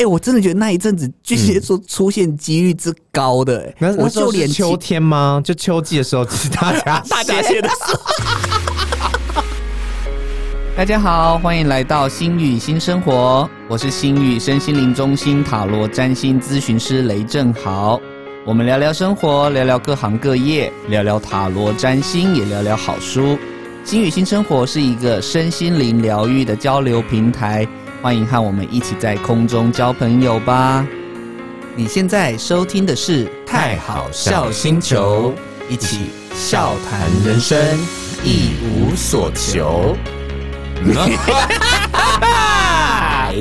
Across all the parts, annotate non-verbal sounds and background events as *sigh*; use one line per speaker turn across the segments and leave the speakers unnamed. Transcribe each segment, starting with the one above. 哎、我真的觉得那一阵子巨蟹座出现几率之高的、哎、
嗯那
我
那时
就
候
连
是秋
其
天吗？就秋季的时候，其实 *laughs* 大家
大闸蟹的时候。
大家好，欢迎来到心语新生活，我是心语身心灵中心塔罗占星咨询师雷正豪。我们聊聊生活，聊聊各行各业，聊聊塔罗占星，也聊聊好书。心语新生活是一个身心灵疗愈的交流平台，欢迎和我们一起在空中交朋友吧。你现在收听的是《
太好笑星球》，
一起笑谈人生，一无
所求。
*laughs*
哎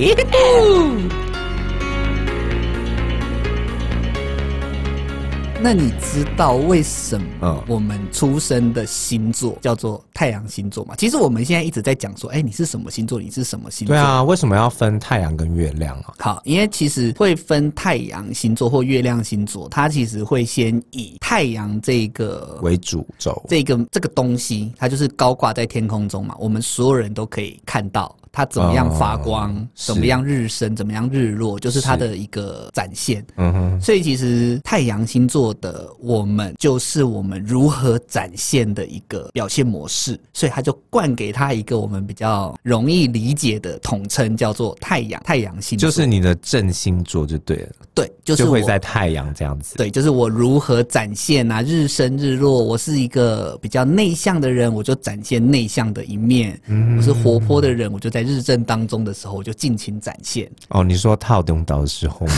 那你知道为什么
嗯
我们出生的星座叫做太阳星座吗？其实我们现在一直在讲说，哎、你是什么星座？你是什么星座？
对啊，为什么要分太阳跟月亮啊？
好，因为其实会分太阳星座或月亮星座，它其实会先以太阳这个
为主轴，
这个这个东西，它就是高挂在天空中嘛，我们所有人都可以看到它怎么样发光，
哦是
怎么样日升，怎么样日落，就是它的一个展现。
嗯哼，
所以其实太阳星座的我们，就是我们如何展现的一个表现模式，所以它就灌给它一个我们比较容易理解的统称，叫做太阳太阳星座。
就是你的正星座就对了，
对，就是
就会
我
在太阳这样子。
对，就是我如何展现啊，日升日落。我是一个比较内向的人，我就展现内向的一面；我是活泼的人，我就在日正当中的时候，我就尽情展现。
哦，你说套东岛的时候吗？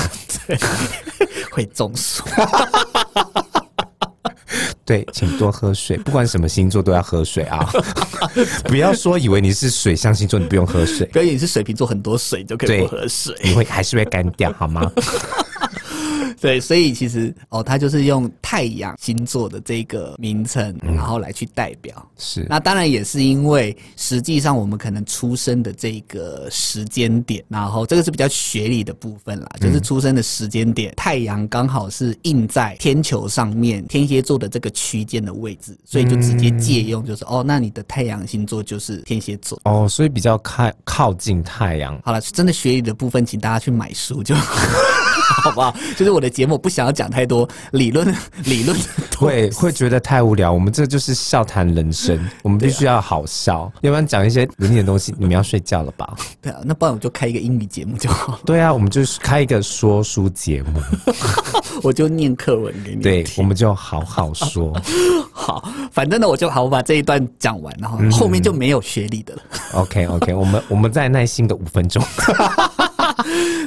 会中暑，
*laughs*
*laughs*
对，请多喝水，不管什么星座都要喝水 *laughs* 啊！不要说以为你是水象星座，你不用喝水，
表演是水瓶座，很多水就可以
对
不喝水。
你会还是会干掉好 *laughs* 吗？
对，所以其实哦，他就是用太阳星座的这个名称，然后来去代表。
是，
那当然也是因为，实际上我们可能出生的这个时间点，然后这个是比较学理的部分啦，就是出生的时间点，太阳刚好是印在天球上面，天蝎座的这个区间的位置，所以就直接借用，就是、哦，那你的太阳星座就是天蝎座。
哦，所以比较靠靠近太阳。
好了，真的学理的部分，请大家去买书就 *laughs* 好不好？就是我的节目不想要讲太多理论理论的东
会会觉得太无聊，我们这就是笑谈人生，
*laughs*
我们必须要好笑，
啊
要不然讲一些灵验的东西，你们要睡觉了
*laughs*
吧？
对啊，那不然我就开一个英语节目就好了，
对啊，我们就是开一个说书节
*laughs*
目，
我就念课文给你。
对，我们就好
*laughs*
好说。
好，反正呢，我就好，我把这一段讲完，然后
嗯
后面就没有学历的了。
OK OK，我们我们再耐心的五
*laughs*
分钟。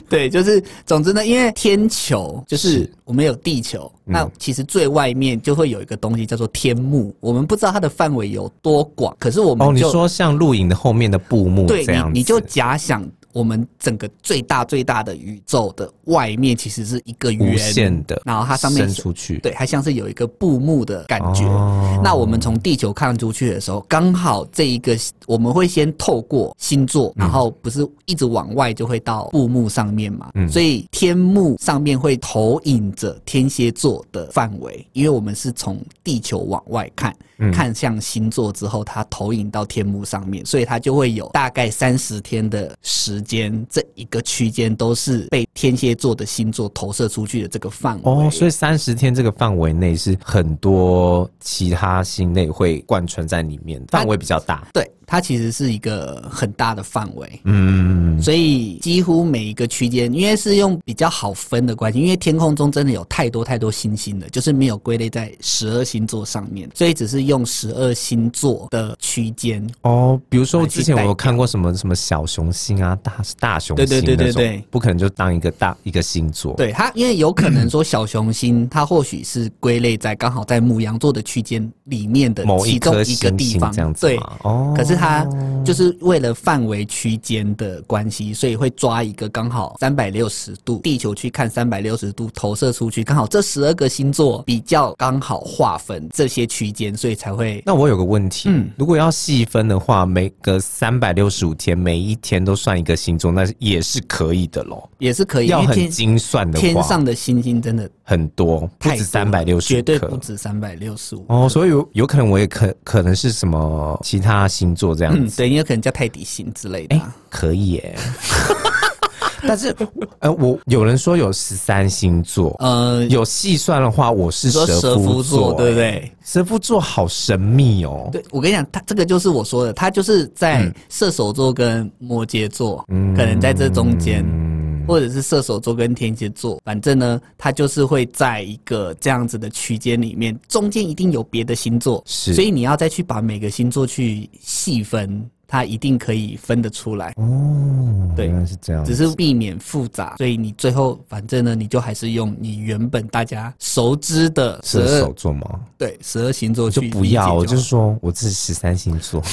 对，就是总之呢，因为天球就是
嗯是嗯
我们有地球，那其实最外面就会有一个东西叫做天幕，我们不知道它的范围有多广，可是我
哦，
们
你
就、
说像录影的后面的布幕
对
这样
你，你
子
就假想。我们整个最大最大的宇宙的外面其实是一个圆，
无限的，
然后它上面
伸
是
出去，
对，它像是有一个布幕的感觉。
哦
那我们从地球看出去的时候，刚好这一个我们会先透过星座，然后不是一直往外就会到布幕上面嘛，
嗯
所以天幕上面会投影着天蝎座的范围，因为我们是从地球往外看，
嗯
看向星座之后，它投影到天幕上面，所以它就会有大概三十天的时间，这一个区间都是被天蝎座的星座投射出去的这个范围。
哦，所以三十天这个范围内是很多其他星类会贯穿在里面，范围比较大。
对，它其实是一个很大的范围，
嗯，
所以几乎每一个区间，因为是用比较好分的关系，因为天空中真的有太多太多星星了，就是没有归类在十二星座上面，所以只是用十二星座的区间。
哦，比如说
来去
之前我
代
有
表
看过什么什么小熊星啊、大大熊星那
对
种，
对对对对
不可能就当一个大一个星座。，
对它，因为有可能说小熊星，它或许是归类在刚好在母羊座的区间里面的
某
其中
颗
一个
星
地
星
方
这样，子
对，
嘛。哦，
可是它就是为了范围区间的关系，所以会抓一个刚好三百六十度地球去看三百六十度投射出去，刚好这十二个星座比较刚好划分这些区间，所以才会
那我有个问题，
嗯
如果要细分的话，每个三百六十五天，每一天都算一个星座，那也是可以的咯。
也是可以。因
要
为
很
天
精算的话，
天上的星星真的
很多，不
太
止
多
三
了
百六十，
绝对不止三百六十五。
哦，所以有有可能我也可可能是什么其他星座这样
嗯，
子，
对，也有可能叫泰迪星之类的啊、
可以耶。 *laughs* 但是呃，我有人说有十三星座，
呃，
有细算的话，我是
你说蛇
夫
夫座对不
欸
对？
蛇夫座好神秘哦。
对，我跟你讲，他这个就是我说的，他就是
嗯
在射手座跟摩羯座，可能在这中间，
嗯
或者是射手座跟天蝎座，反正呢，他就是会在一个这样子的区间里面，中间一定有别的星座，
是
所以你要再去把每个星座去细分，它一定可以分得出来。
哦，
对
原来是这样
只。是避免复杂，所以你最后反正呢，你就还是用你原本大家熟知的十
射手
二
座吗？
对十二星座
我
去
就
理解
不要，我
好
就是说我这是十三星座。 *laughs*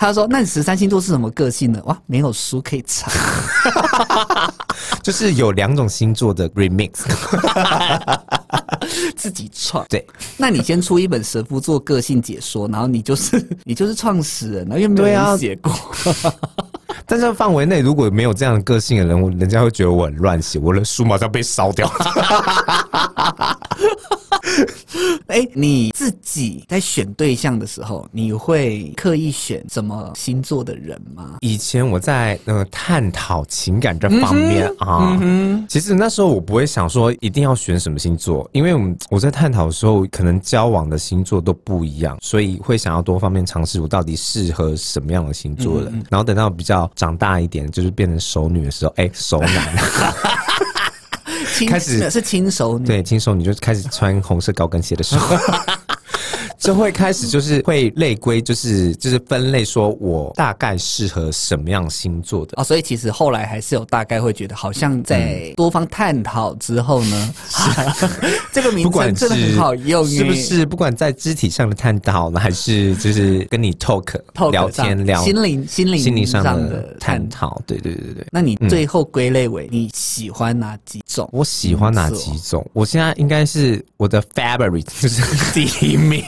他说：“那你十三星座是什么个性呢？”哇，没有书可以查。
就是有两种星座的 remix， *laughs*
自己创。
对，
那你先出一本蛇夫座个性解说，然后你就是 *laughs* 你就是创始人了，因为没有
对啊
人写
*laughs*
过。
但是范围内如果没有这样的个性的人，我人家会觉得我很乱写，我的书马上被烧掉。
哎、你自己在选对象的时候，你会刻意选什么星座的人吗？
以前我在呃探讨情感这方面啊，其实那时候我不会想说一定要选什么星座，因为我们我在探讨的时候，可能交往的星座都不一样，所以会想要多方面尝试我到底适合什么样的星座人。然后等到比较长大一点，就是变成熟女的时候，哎、熟男。
亲
开始
是亲手女，
对，轻松你就开始穿红色高跟鞋的时候。 *laughs* 就会开始就是会类归，就是就是分类，说我大概适合什么样星座的。
哦，所以其实后来还是有大概会觉得，好像在多方探讨之后呢， *laughs* 这个名
不管
称
是
真的很好用，欸
是不？是？不管在肢体上的探讨，还是就是跟你 talk,
透
聊天聊
心灵心灵
心灵上
的
的探嗯讨，对对对对。
那你最后归类为你喜欢哪几种？
我喜欢哪几种？我现在应该是我的 favorite
*laughs*
就是第一名。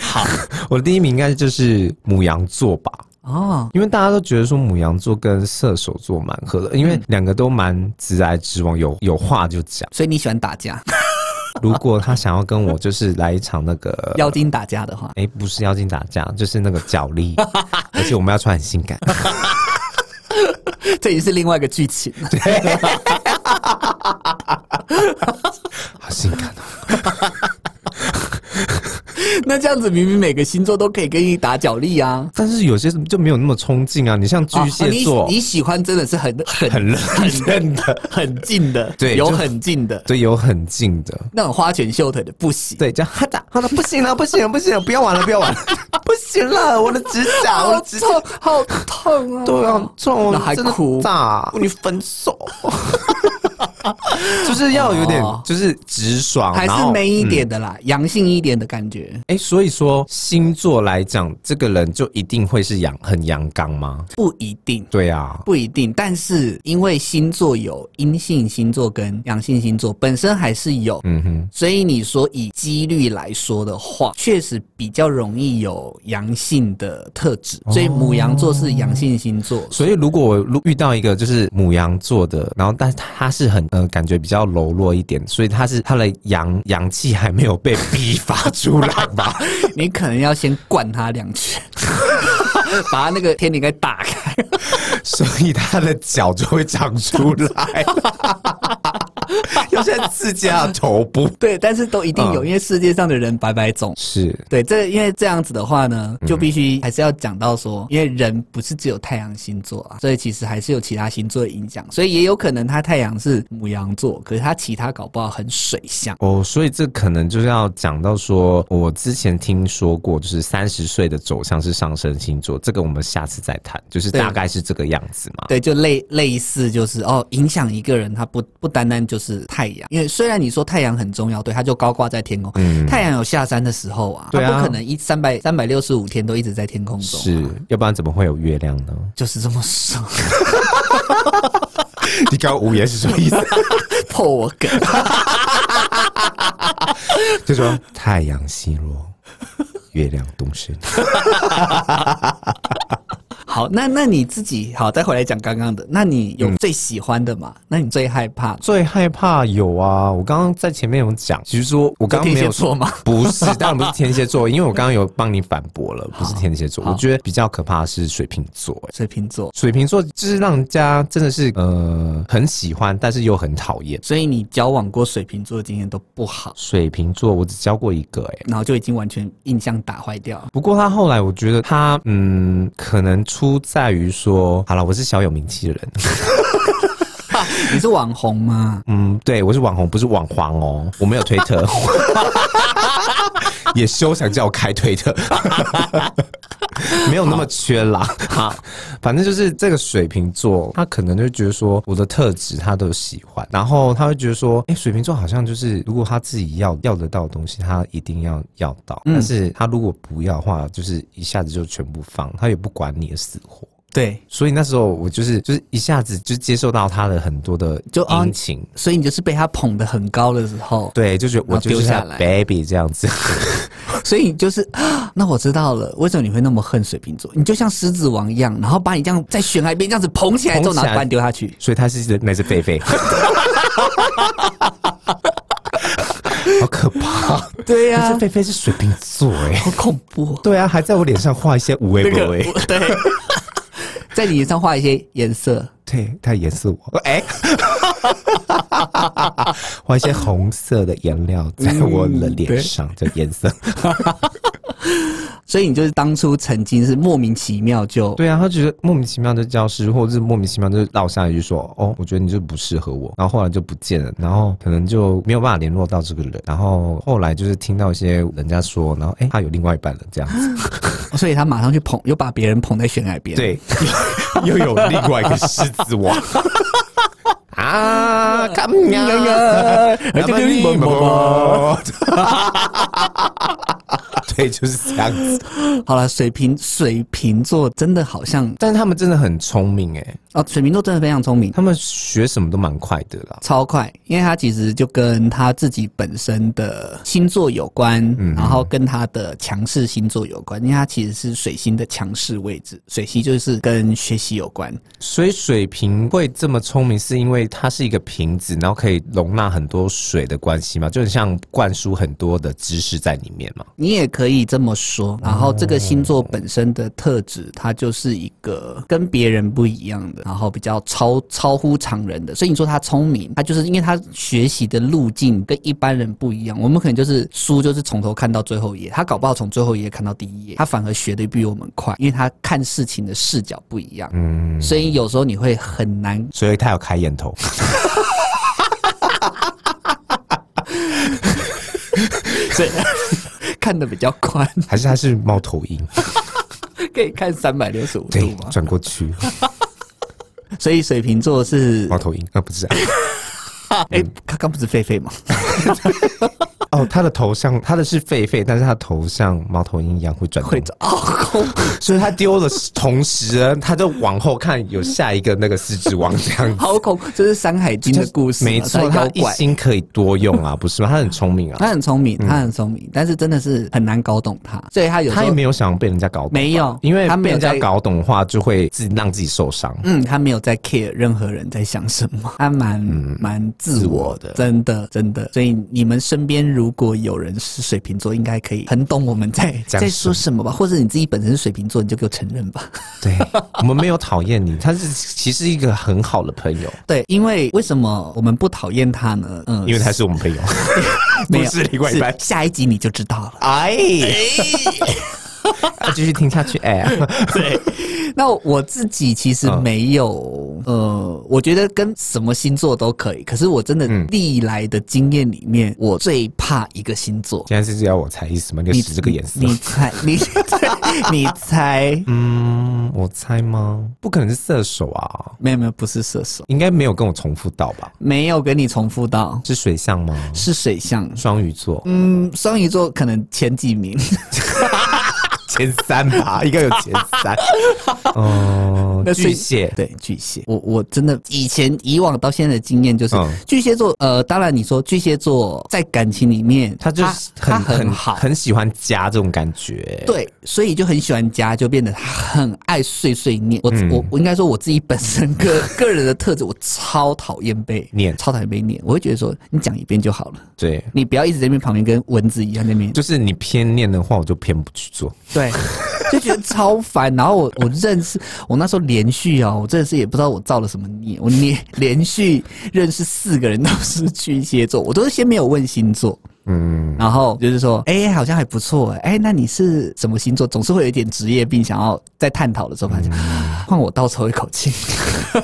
好， *laughs* 我的第一名应该就是母羊座吧。
哦，
因为大家都觉得说母羊座跟射手座蛮合的，因为两个都蛮直来直往，有有话就讲。
所以你喜欢打架，，
呃如果他想要跟我就是来一场那个
*laughs* 妖精打架的话，
哎、不是妖精打架，就是那个角
*laughs*
力，而且我们要穿很性感。
这也是另外一个剧情。 *laughs*
好性感哦！
那这样子，明明每个星座都可以跟你打角力啊。
但是有些就没有那么冲劲啊。你像巨蟹座，
哦你你喜欢真的是
*laughs*
很很
很认真
的、很近的，
*laughs* 对
有
就
很近的
对，有很近的，
那种花拳绣腿的不行。
对，这样哈哒哈哒，不行了，不行了，不行了，不要玩了，不要玩了，不行了，我的指甲，我
好
的指甲
痛，好痛啊！
对啊，痛，
那还
真的
哭
炸，你分手。 *laughs* 就是要有点
哦，
就是直爽，
还
然
是
后嗯
美一点的啦，阳性一点的感觉。
哎、所以说星座来讲，这个人就一定会是阳很阳刚吗？
不一定，
对啊，
不一定，但是因为星座有阴性星座跟阳性星座，本身还是有，
嗯哼，
所以你说以几率来说的话，确实比较容易有阳性的特质，所以母羊座是阳性星座。
所以如果我如遇到一个就是母羊座的，然后但是他是很呃感觉比较柔弱一点，所以他是他的阳阳气还没有被逼发出来 *laughs* 吧？
你可能要先灌他两拳，把他那个天灵盖打开。
所以他的脚就会长出来， *laughs* 要先刺激他的头部。
对，但是都一定有，
嗯
因为世界上的人百百种。
是
对，这因为这样子的话呢，就必须还是要讲到说，因为人不是只有太阳星座啊，所以其实还是有其他星座的影响，所以也有可能他太阳是母羊座，可是他其他搞不好很水象。
哦，所以这可能就是要讲到说，我之前听说过，就是三十岁的走向是上升星座，这个我们下次再谈，就是
对
大概是这个样子嘛。
对，就类类似就是哦，影响一个人，他不不单单就是太阳，因为虽然你说太阳很重要，对，它就高挂在天空，
嗯
太阳有下山的时候啊，它
对啊
不可能一三百三百六十五天都一直在天空中啊、
是，要不然怎么会有月亮呢？
就是这么说， *laughs*
你刚刚无言是什么意思？ *laughs*
破我梗。
就说太阳西落，月亮东升。
好，那那你自己好，再回来讲刚刚的，那你
嗯
有最喜欢的吗？那你最害怕？
最害怕有啊，我刚刚在前面有讲，其实说我刚刚
天
没
蝎
有
座吗？
不是，当然不是天蝎座，因为我刚刚有帮你反驳了，不是
好
天蝎座。
好
我觉得比较可怕的是水瓶座、欸
水瓶座，
水瓶座就是让人家真的是呃很喜欢，但是又很讨厌。
所以你交往过水瓶座的经验都不好，
水瓶座我只交过一个、欸，
然后就已经完全印象打坏掉了。
不过他后来我觉得他嗯，可能出在于说，好了，我是小有名气的人，
你是网红吗？
嗯，对我是网红，不是网黄哦，我没有推特。也休想叫我开推特，没有那么缺啦。
好，
反正就是这个水瓶座，他可能就觉得说我的特质他都喜欢，然后他会觉得说，哎、水瓶座好像就是如果他自己要要得到的东西，他一定要要到，但是他如果不要的话，就是一下子就全部放，他也不管你的死活。
对，
所以那时候我就是就是一下子就接受到他的很多的
就啊
殷勤，
所以你就是被他捧得很高的时候，
对，就觉得
然
我
后
就
丢
是
下
他
来
baby 这
*laughs*
样子。
所以你就是 *gasps* 啊那我知道了，为什么你会那么恨水瓶座？你就像狮子王一样，然后把你这样在悬崖边这样子捧起来之后，
捧起来
然后把你丢下去。
所以他是那只狒狒， *laughs* 好可怕！
对啊呀、
那只狒狒是水瓶座哎、
好恐怖、哦。
对啊，还在我脸上画一些无微
那
博
个 *laughs*
哎，
对，在你脸上画一些颜色，
对，他颜色我哎， *laughs* 画一些红色的颜料在
嗯
我的脸上，这颜色。
所以你就是当初曾经是莫名其妙就
对啊，他觉得莫名其妙就消失，或者是莫名其妙就落下一句说：“哦，我觉得你就不适合我。”然后后来就不见了，然后可能就没有办法联络到这个人。然后后来就是听到一些人家说，然后哎、他有另外一半了这样子。
所以他马上去捧，又把别人捧在悬崖边。，
对， *laughs* 又有另外一个狮子 *laughs* 王。啊，干娘呀！ *laughs* 对，就是这样子。
好了，水瓶水瓶座真的好像
但是他们真的很聪明哎、
哦，水瓶座真的非常聪明，
他们学什么都蛮快的啦。
超快，因为他其实就跟他自己本身的星座有关，然后跟他的强势星座有关，因为他其实是水星的强势位置，水星就是跟学习有关，
所以水瓶会这么聪明，是因为它是一个瓶子，然后可以容纳很多水的关系嘛，就很像灌输很多的知识在里面嘛。
你也可以这么
哦
说。然后这个星座本身的特质，它就是一个跟别人不一样的，然后比较超超乎常人的。所以你说他聪明，他就是因为他学习的路径跟一般人不一样。我们可能就是书就是从头看到最后一页，他搞不好从最后一页看到第一页，他反而学的比我们快，因为他看事情的视角不一样。
嗯，
所以有时候你会很
*laughs*
难
所以他有开眼头，
所以看的比较宽，
还是他是猫头鹰？
可以看三百六十五度
对 *laughs*
嘛，。
转过去，
所以水瓶座是
猫头鹰啊，不是、啊、
哎，刚刚不是狒狒吗？
哦，他的头像，他的是狒狒，但是他头像猫头鹰一样会转动
会 *laughs* 长哦，恐怖
所以他丢的同时呢，他就往后看有下一个那个狮子王这
*laughs*
样子。
好恐怖，这是《山海经》的故事嘛，啊
没错，
他
他
妖
一
怪，
心可以多用啊，不是吗？他很聪明啊，
他很聪明，他很聪明，但是真的是很难搞懂他，嗯所以他有时
他也
候
没有想要被人家搞懂，
没有
因为
他没
被
有
人
在
家搞懂的话，就会自己让自己
*laughs*
受伤。
嗯，他没有在 care 任何人在想什么，
*laughs*
他蛮
嗯
蛮自我的，真的真的。所以你们身边如果有人是水瓶座，应该可以很懂我们在
讲
在说什么吧，或者你自己本身是水瓶座，你就给我承认吧。
对，我们没有讨厌你，他是其实一个很好的朋友，
对，因为为什么我们不讨厌他呢？嗯，
因为他是我们朋 *laughs* 友，
没有
不是另外一半
是下一集你就知道了。
哎， *laughs* 啊继续听下去，哎，
对，那我自己其实
嗯
没有，呃，我觉得跟什么星座都可以，可是我真的
嗯
历来的经验里面，我最怕一个星座。
现在是要我猜意思吗？你
你
使这个眼色，
你猜，你对 *laughs* 你猜，
嗯，我猜吗？不可能是射手啊，
没有没有，不是射手，
应该没有跟我重复到吧？
没有跟你重复到，
是水象吗？
是水象。嗯
双鱼座， *laughs*
嗯，双鱼座可能前几名，
前三吧，应该有前
*laughs*
三。哦，
那所
巨
以
蟹，
对巨蟹，我我真的以前以往到现在的经验就是、
嗯
巨蟹座，呃，当然你说巨蟹座在感情里面，
他就是
他
很
他很好，
很喜欢家这种感觉。，
对，所以就很喜欢家，就变得他很爱碎碎念。我、
嗯
我我应该说我自己本身
*laughs*
个个人的特质，我超讨厌被
念
超讨厌被念。我会觉得说，你讲一遍就好了，
对，
你不要一直在那边旁边跟蚊子一样在那边。
就是你偏念的话，我就偏不去做。
对，就觉得超烦。然后我我认识，我那时候连续哦，我真的是也不知道我造了什么孽，我连连续认识四个人都是巨蟹座，我都是先没有问星座。
嗯，
然后就是说，哎、好像还不错、哎、那你是什么星座？总是会有一点职业病，想要在探讨的时候发现，换我倒抽一口气，嗯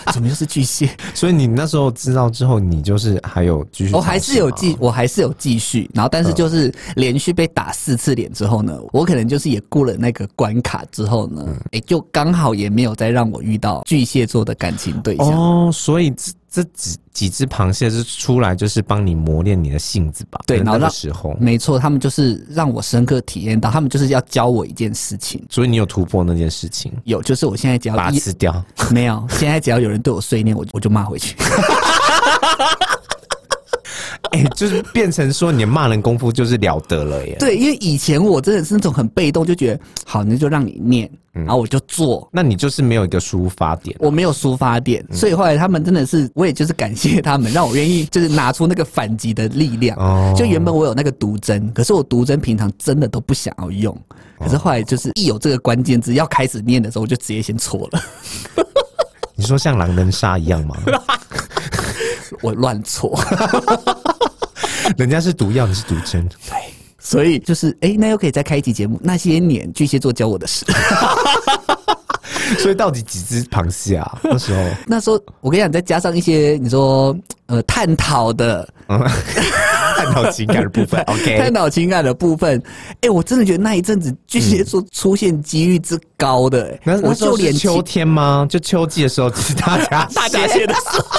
*laughs* 怎么又是巨蟹？
所以你那时候知道之后，你就是还有继续尝试
*laughs* 我
吗，
哦还是有继，我还是有继续，然后但是就是连续被打四次脸之后呢，我可能就是也过了那个关卡之后呢，哎、就刚好也没有再让我遇到巨蟹座的感情对象。
哦，所以这这几几只螃蟹是出来就是帮你磨练你的性子吧？
对
可
然
能
后
那
让
个时候，
没错，他们就是让我深刻体验到，他们就是要教我一件事情，
所以你有突破那件事情，
有就是我现在只
把
要
它
一
吃掉。
*laughs*
*laughs*
没有，现在只要有人对我碎念，我就我就骂回去。
哎、就是变成说你的骂人功夫就是了得了
*laughs*
耶。，
对，因为以前我真的是那种很被动，就觉得好，那就让你念，然后我就做。
那你就是没有一个抒发点。
我没有抒发点，所以后来他们真的是，我也就是感谢他们，让我愿意就是拿出那个反击的力量。
哦
就原本我有那个毒针，可是我毒针平常真的都不想要用，可是后来就是一有这个关键字要开始念的时候，我就直接先错了， *laughs*
你说像狼人杀一样吗？
我乱错。 *laughs*
人家是毒药，你是毒针。
所以就是，哎、那又可以再开一集节目，那些年巨蟹座教我的事。
所以到底几只螃蟹啊？那时候
那时候我跟你讲，再加上一些你说呃探讨的、
探讨情感的
*laughs*
部分
探
，OK。
讨情感的部分，哎、我真的觉得那一阵子巨蟹座出现几率之高的、哎
嗯那
我
那时
就
候是
连
秋
秋
天吗？就秋季的时候，是大家
*laughs* 大闸蟹的时
*laughs*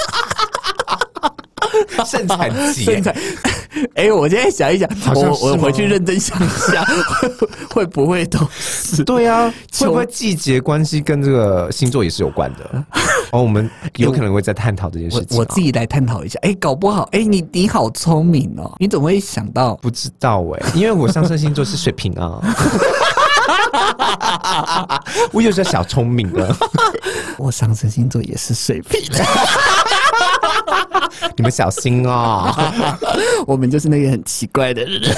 盛产期
候身
耶
材， *laughs* 哎、我现在想一想，
好像
我
是
我
吗
回去认真想一下， *laughs* 会会不会都是？
对啊，
秋
会不会季节关系跟这个星座也是有关
*laughs*
的？哦，我们有可能会在探讨这件
我
事情啊、
我自己来探讨一下，哎、搞不好，哎、你你好聪明哦，你怎么会想到？
不知道哎、因为我上升星座是水瓶啊。 *laughs* 我有时候小聪明了，
我上升星座也是水瓶，
你们小心
*laughs*
哦。
我们就是那个很奇怪的人。 *laughs*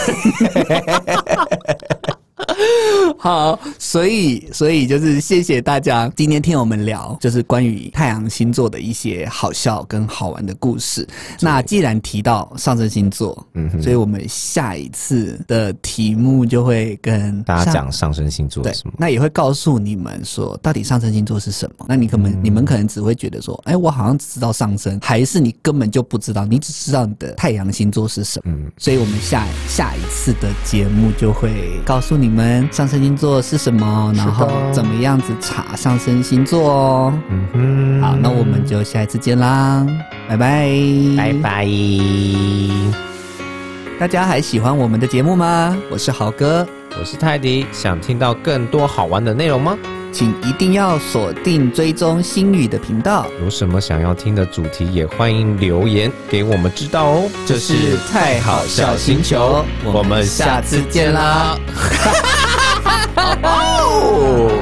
好，所以所以就是谢谢大家今天听我们聊，就是关于太阳星座的一些好笑跟好玩的故事。那既然提到上升星座，嗯，所以我们下一次的题目就会跟
大家
上
讲上升星座
对
是什么，？
那也会告诉你们说，到底上升星座是什么？那你可
嗯
能、你们可能只会觉得说，哎、我好像只知道上升，还是你根本就不知道，你只知道你的太阳星座是什么。
嗯
所以我们下下一次的节目就会告诉你们上升星座是什么，然后怎么样子查上升星座哦。
嗯哼，
好，那我们就下一次见啦，拜拜，
拜。拜。
大家还喜欢我们的节目吗？我是豪哥，
我是泰迪，想听到更多好玩的内容吗？
请一定要锁定追踪星宇的频道。
有什么想要听的主题，也欢迎留言给我们知道哦。这
是太好笑星球，我们下次见啦。
哦。